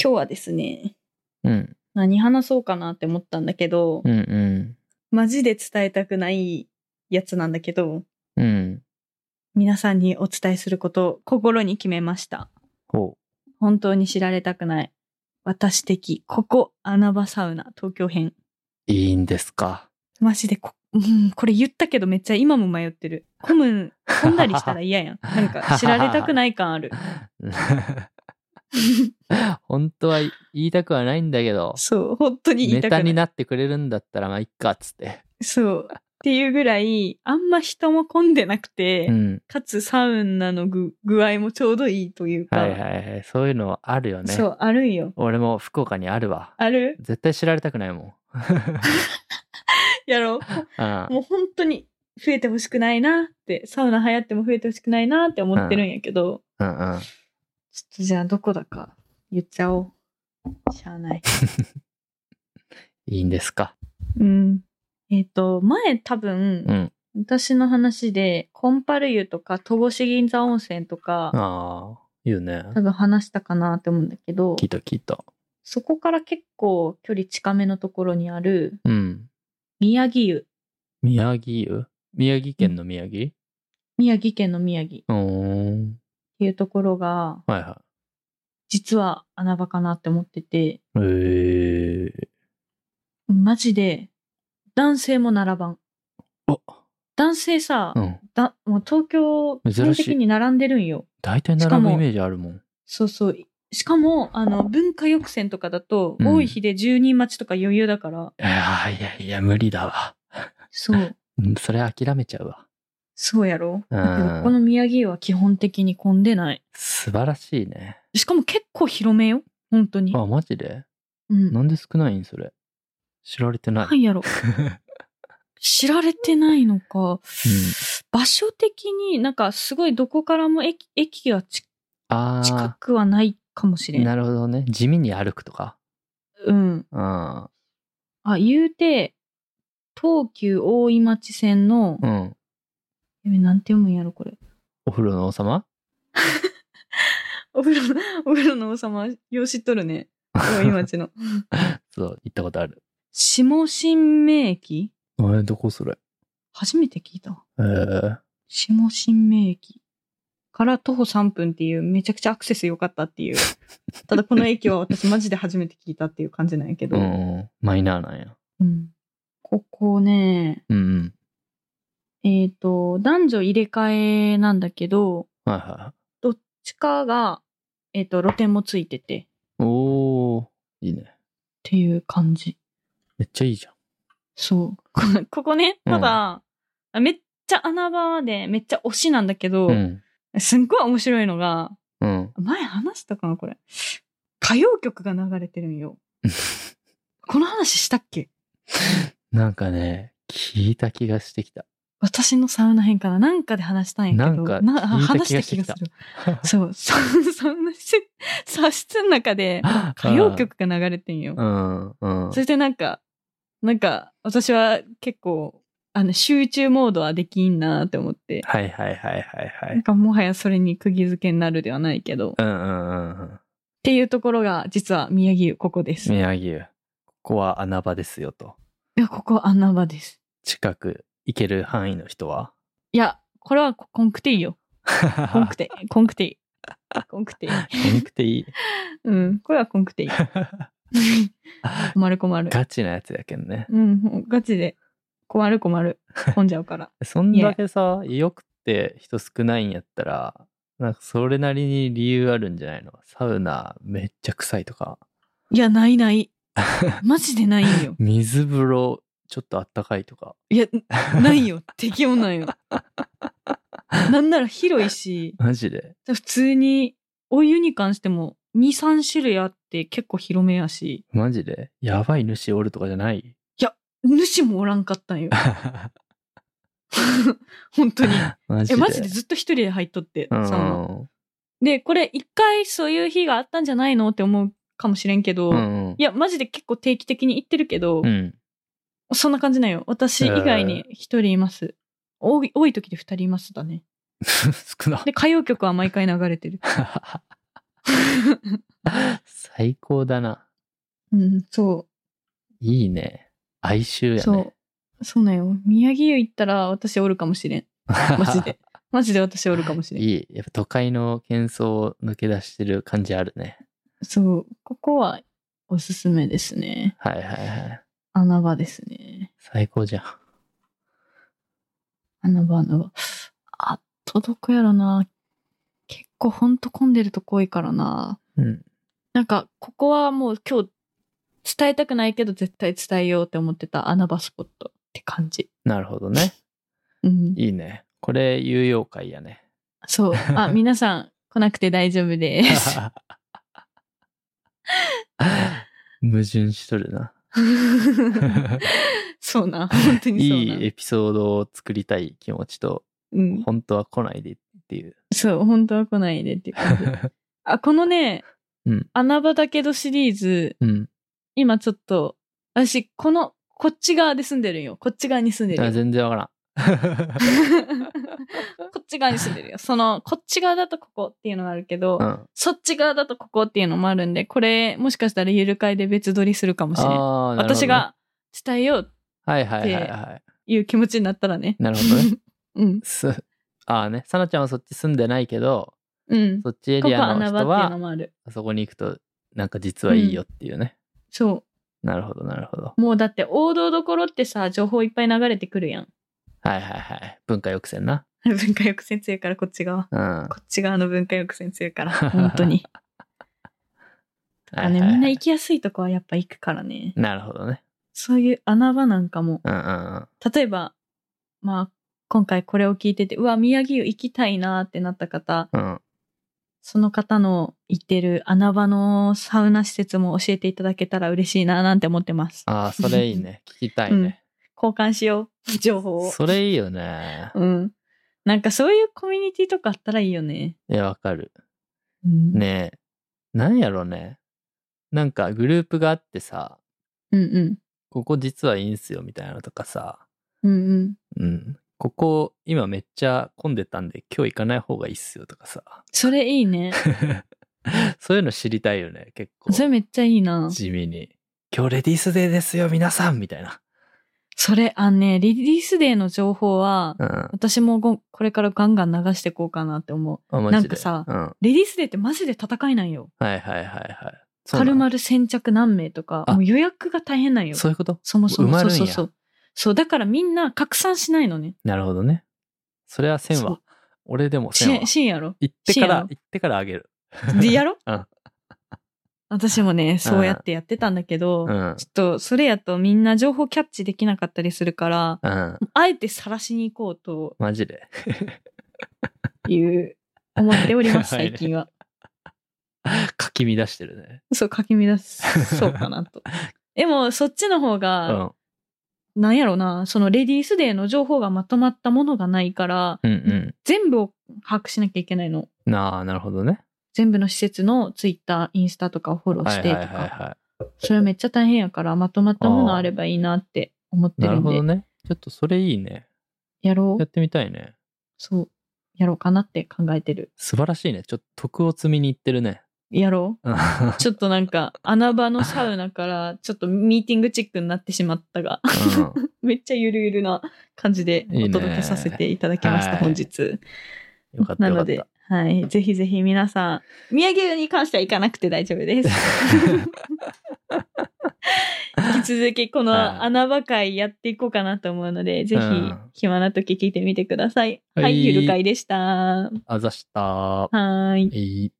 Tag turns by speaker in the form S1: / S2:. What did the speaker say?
S1: 今日はですね、
S2: うん。
S1: 何話そうかなって思ったんだけど、
S2: うんう
S1: マジで伝えたくないやつなんだけど、
S2: ん。うん。
S1: 皆さんにお伝えすることを心に決めました。
S2: ほ
S1: 本当に知られたくない。私的、ここ、穴場サウナ、東京編。
S2: う。いいんですか。
S1: マジでこ、うん、これ言ったけどめっちゃ今も迷ってる。混む、混んだりしたら嫌や ん。なんか知られたくない感ある。
S2: 本当は言いたくはないんだけど、
S1: そう、本当に言い
S2: ネ
S1: たくな
S2: タ
S1: い。
S2: になってくれるんだったら、まあ、いっか、つって。
S1: そう。っていうぐらい、あんま人も混んでなくて、
S2: うん。
S1: かつサウナの具具合もちょうどいいというか、
S2: はいはいはい。そういうのあるよね。
S1: そう、あるんよ。
S2: 俺も福岡にあるわ。
S1: ある
S2: 絶対知られたくないもん。
S1: やろ
S2: うん
S1: う。もう本当に増えてほしくないなって、サウナ流行っても増えてほしくないなって思ってるんやけど、
S2: うんうん。
S1: ちょっとじゃあどこだか言っちゃおう。しゃあない。
S2: いいんですか。
S1: うん。えっ、と、前多分、
S2: うん。
S1: 私の話で、コンパル湯とか、戸越銀座温泉とか、
S2: ああ、いいよね。
S1: 多分話したかなって思うんだけど、
S2: 聞いた聞いた。
S1: そこから結構距離近めのところにある、
S2: うん。
S1: 宮城湯。
S2: 宮城湯宮城県の宮城
S1: 宮城県の宮城っ
S2: うーん。
S1: ていうところが、
S2: はいは
S1: 実は穴場かなって思ってて、
S2: い。ええ
S1: マジで、男性も並ばん。
S2: ー。
S1: 男性さ、
S2: あ、うん。
S1: だもう東京、
S2: 珍しい
S1: 基本的に並んでるんよ。
S2: 大体
S1: しか
S2: 並ぶ
S1: も
S2: イメージあるもん。
S1: そうそう。しかも、あの、文化抑制とかだと、
S2: うん
S1: 多い日で10人待ちとか余裕だから、
S2: いやいやいや、無理だわ。
S1: そう。
S2: うんそれ諦めちゃうわ。
S1: そうやろ
S2: うん
S1: だけどこの宮城は基本的に混んでない。
S2: 素晴らしいね。
S1: しかも結構広めよ。本当に。
S2: あ、マジで
S1: うん。
S2: なんで少ないんそれ。知られてない。
S1: なんやろ。知られてないのか。場所的になんかすごいどこからも駅駅がち近
S2: あ
S1: くはないかもし
S2: あ、
S1: れん。
S2: なるほどね。地味に歩くとか。
S1: うん。
S2: うん。
S1: あ、言うて、東急大井町線の、
S2: うん。
S1: えなんて読むんやろ、これ。
S2: お風呂の王様
S1: お風呂、お風呂の王様、よう知っとるね。大井町 の。
S2: そう、行ったことある。
S1: 下新名駅
S2: え、どこそれ
S1: 初めて聞いたわ。
S2: えー、
S1: 下新名駅から徒歩3分っていうめちゃくちゃアクセス良かったって いう。ただこの駅は私マジで初めて聞いたっていう感じなんやけど。
S2: うんうん。マイナーなんや。
S1: うんここね、
S2: うん
S1: えっ、と、男女入れ替えなんだけど、
S2: うん。はいは
S1: どっちかが、えっ、と、露店もついててっ
S2: い。おー、いいね。
S1: ていう感じ。
S2: めっちゃいいじゃん。
S1: そう。こここね、ただ、あめっちゃ穴場でめっちゃ推しなんだけど、
S2: うん。
S1: すんごい面白いのが、
S2: うん。
S1: 前話したかなこれ。歌謡曲が流れてるん よ。この話したっけ
S2: なんかね、聞いた気がしてき た。
S1: 私のサウナ編かななんかで話したんやけど。
S2: なんか聞いた
S1: 話
S2: 気
S1: し
S2: が
S1: た
S2: し
S1: 気
S2: てき
S1: が
S2: た
S1: する。そう、そそ んなし、さ室の中で歌
S2: 歌
S1: 謡曲が流れてんよ
S2: う。んうん。
S1: そしてなんか、なんか、私は結構、あの、集中モードはできんなって思って。
S2: はいはいはいはいは
S1: なん
S2: い。
S1: かもはやそれに釘付けになるではないけど。っ
S2: うんうんうんうん。
S1: ていうところが、実は宮城湯ここです。い
S2: 宮城湯。ここは穴場ですよと。
S1: や、ここ穴場です。
S2: 近く行ける範囲の人は
S1: いや、これはココンクテイよ。コン
S2: コ
S1: クテイ。コンクテイ。コンクテイ。
S2: ンクていい。
S1: うん、これはコンクテイ。 困る困る。
S2: ガチなやつやけんね。
S1: うん、ガチで。困る困る。混んじゃうから。
S2: そんだけさ、よくて人少ないんやったら、なんかそれなりに理由あるんじゃないのサウナめっちゃ臭いとか、
S1: いや、ない ない。マジでないんよ。
S2: 水風呂ちょっとあったかいとか。
S1: いや、 ないよ。適温なんよ。なんなら広いし、
S2: マジで。
S1: 普通にお湯に関しても2、3種類あって結構広めやし、
S2: マジで。やばい主おるとかじゃない
S1: 主もおらんかったんよ。本当に。
S2: マジで。
S1: え、マジでずっと一人で入っとって、
S2: うん
S1: サウナ。で、これ一回そういう日があったんじゃないのって思うかもしれんけど、
S2: うんうん
S1: いや、マジで結構定期的に行ってるけど、
S2: うん。
S1: そんな感じなんよ。私以外に一人います。多い、多い時で二人いますだね。
S2: 少な。
S1: で、歌謡曲は毎回流れてる。
S2: 最高だな。
S1: うん、そ
S2: いいね。哀愁
S1: う、
S2: や
S1: そ
S2: ね。
S1: う。そうなんよ。宮城湯行ったら私おるかもしれ ん。マジで。マジで私おるかもしれん。
S2: いい。やっぱ都会の喧騒を抜け出してる感じあるね。
S1: そう、ここはおすすめですね。
S2: はいはいはい。
S1: 穴場ですね。
S2: 最高じゃん。
S1: 穴場、穴場。あとどこやろな。結構ほんと混んでるとこ多いからな。
S2: うん。
S1: なんか、ここはもう今日伝えたくないけど絶対伝えようって思ってた穴場スポットって感じ。
S2: なるほどね。
S1: うん。
S2: いいね。これ、有用会やね。
S1: そう。あ、皆さん来なくて大丈夫 です。
S2: 矛盾しとるな。
S1: そうな。本当にそうな。
S2: いいエピソードを作りたい気持ちと、
S1: うん。
S2: 本当は来ないでっていう。
S1: そう、本当は来ないでっていう 感じ。あ、このね、
S2: うん
S1: 穴場だけどシリーズ、
S2: うん。
S1: 今ちょっと、私、この、こっち側で住んでるんよ。こっち側に住んでる
S2: あ
S1: よ。
S2: 全然わからん。
S1: こっち側に住んでるよ。その、こっち側だとここっていうのがあるけど、
S2: うん、あ
S1: そっち側だとここっていうのもあるんで、これ、もしかしたらゆる会で別撮りするかもしれん。
S2: あー、なるほど
S1: 私。
S2: ね
S1: が伝えようっ
S2: はいはいはいは
S1: ていう気持ちになったらね。
S2: なるほ どね。
S1: うん
S2: い。。すああね、さなちゃんはそっち住んでないけど、
S1: うん。こ
S2: そっちエ
S1: こ
S2: リ
S1: は
S2: アの
S1: 穴場って
S2: 人
S1: いうの
S2: は、
S1: もある。
S2: あそこに行くと、なんか実はいいよっていうね。
S1: そ
S2: なるほどなるほど。
S1: う。もうだって王道どころってさ、情報いっぱい流れてくるやん。
S2: はいはいはい。文化抑制な。
S1: 文化抑制強いからこっち側。
S2: うん。
S1: こっち側の文化抑制強い から、本当に。だからね、
S2: はいはいはい
S1: みんな行きやすいとこはやっぱ行くからね。
S2: なるほどね。
S1: そういう穴場なんかも、
S2: うんうんうん。
S1: 例えば、まあ、今回これを聞いてて、うわ、宮城行きたいなーってなった方、
S2: うん。
S1: その方の行ってる穴場のサウナ施設も教えていただけたら嬉しいなーなんて思ってます。
S2: ああ、それいい ね。聞きたいね。
S1: 交換しよう、情報を。
S2: それいいよね。
S1: うん。なんかそういうコミュニティとかあったらいいよね。
S2: いや、わかる。
S1: うん。
S2: ねえ。なんやろね。なんかグループがあってさ、
S1: うんうん。
S2: ここ実はいいんすよみたいなのとかさ、
S1: うんうん。
S2: うん。ここ今めっちゃ混んでたんで今日行かない方がいいっすよとかさ。
S1: それいい ね。
S2: そういうの知りたいよね、結構。
S1: それめっちゃいいな。
S2: 地味に。今日レディースデーですよ、皆さんみたいな。
S1: それ、あのね、リリースデーの情報は、
S2: うん。
S1: 私もごこれからガンガン流していこうかなって思う。
S2: あマジで
S1: なんかさ
S2: うん。はい
S1: リリースデーってマジで戦いなんよ。
S2: はいはいはい。そうな
S1: 軽
S2: の
S1: 々先着何名とか、
S2: あ
S1: もう予約が大変なんよ。
S2: そ
S1: そう
S2: いうこと
S1: もそも。
S2: 埋まるんや
S1: そうそうそう。そう、だからみんな拡散しないのね。
S2: なるほどね。それは1000
S1: そう
S2: は。俺でも
S1: し
S2: 1000は。
S1: しんやろ
S2: 行ってか
S1: 深夜
S2: ら
S1: の、
S2: 行ってからあげる。
S1: で、やろ
S2: うん
S1: 私もね、そうやってやってたんだけど、
S2: うん
S1: ち。ょっと、それやとみんな情報キャッチできなかったりするから、
S2: うん。
S1: あえて晒しに行こうと
S2: マジで。
S1: いう、思っており ます、
S2: やばいね
S1: 最近は。
S2: かき乱してるね。
S1: そう、かき乱そうかな と。でも、そっちの方
S2: う
S1: が、
S2: ん。
S1: なんやろな、そのレディースデーの情報がまとまったものがないから、
S2: うんう
S1: 全部を把握しなきゃいけないの。
S2: ん。なあ、なるほどね。
S1: 全部の施設のツイッター、インスタとかをフォロー
S2: はい
S1: し
S2: はい
S1: てと
S2: はい
S1: か、
S2: は
S1: それめっちゃ大変やから、まとまったものあればいいなって思っ
S2: い。
S1: てる
S2: なる
S1: ん
S2: ほ
S1: で、
S2: どね。ちょっとそれいいね。
S1: やろ
S2: や
S1: う
S2: っ、てみたいね。
S1: そう、やろうかなって考えてる。
S2: 素晴らしいね。ちょっと徳を積みに行ってるね。
S1: やろう
S2: うん
S1: ちょっとなんか、穴場のサウナから、ちょっとミーティングチックになってしまったが、
S2: うん
S1: めっちゃゆるゆるな感じでお届けさせていただきました、
S2: いいねはい
S1: 本日。
S2: よかった
S1: な
S2: よか
S1: の
S2: っ
S1: で
S2: た。、
S1: はい、ぜひぜひ皆さん、宮城に関しては行かなくて大丈夫 です。引き続きこ
S2: はい
S1: の穴場会やっていこうかなと思うので、ぜひ
S2: うん
S1: 暇な時聞いてみてください。
S2: はい
S1: はい、ゆる会でした。は
S2: あざした。は
S1: ーい。
S2: い。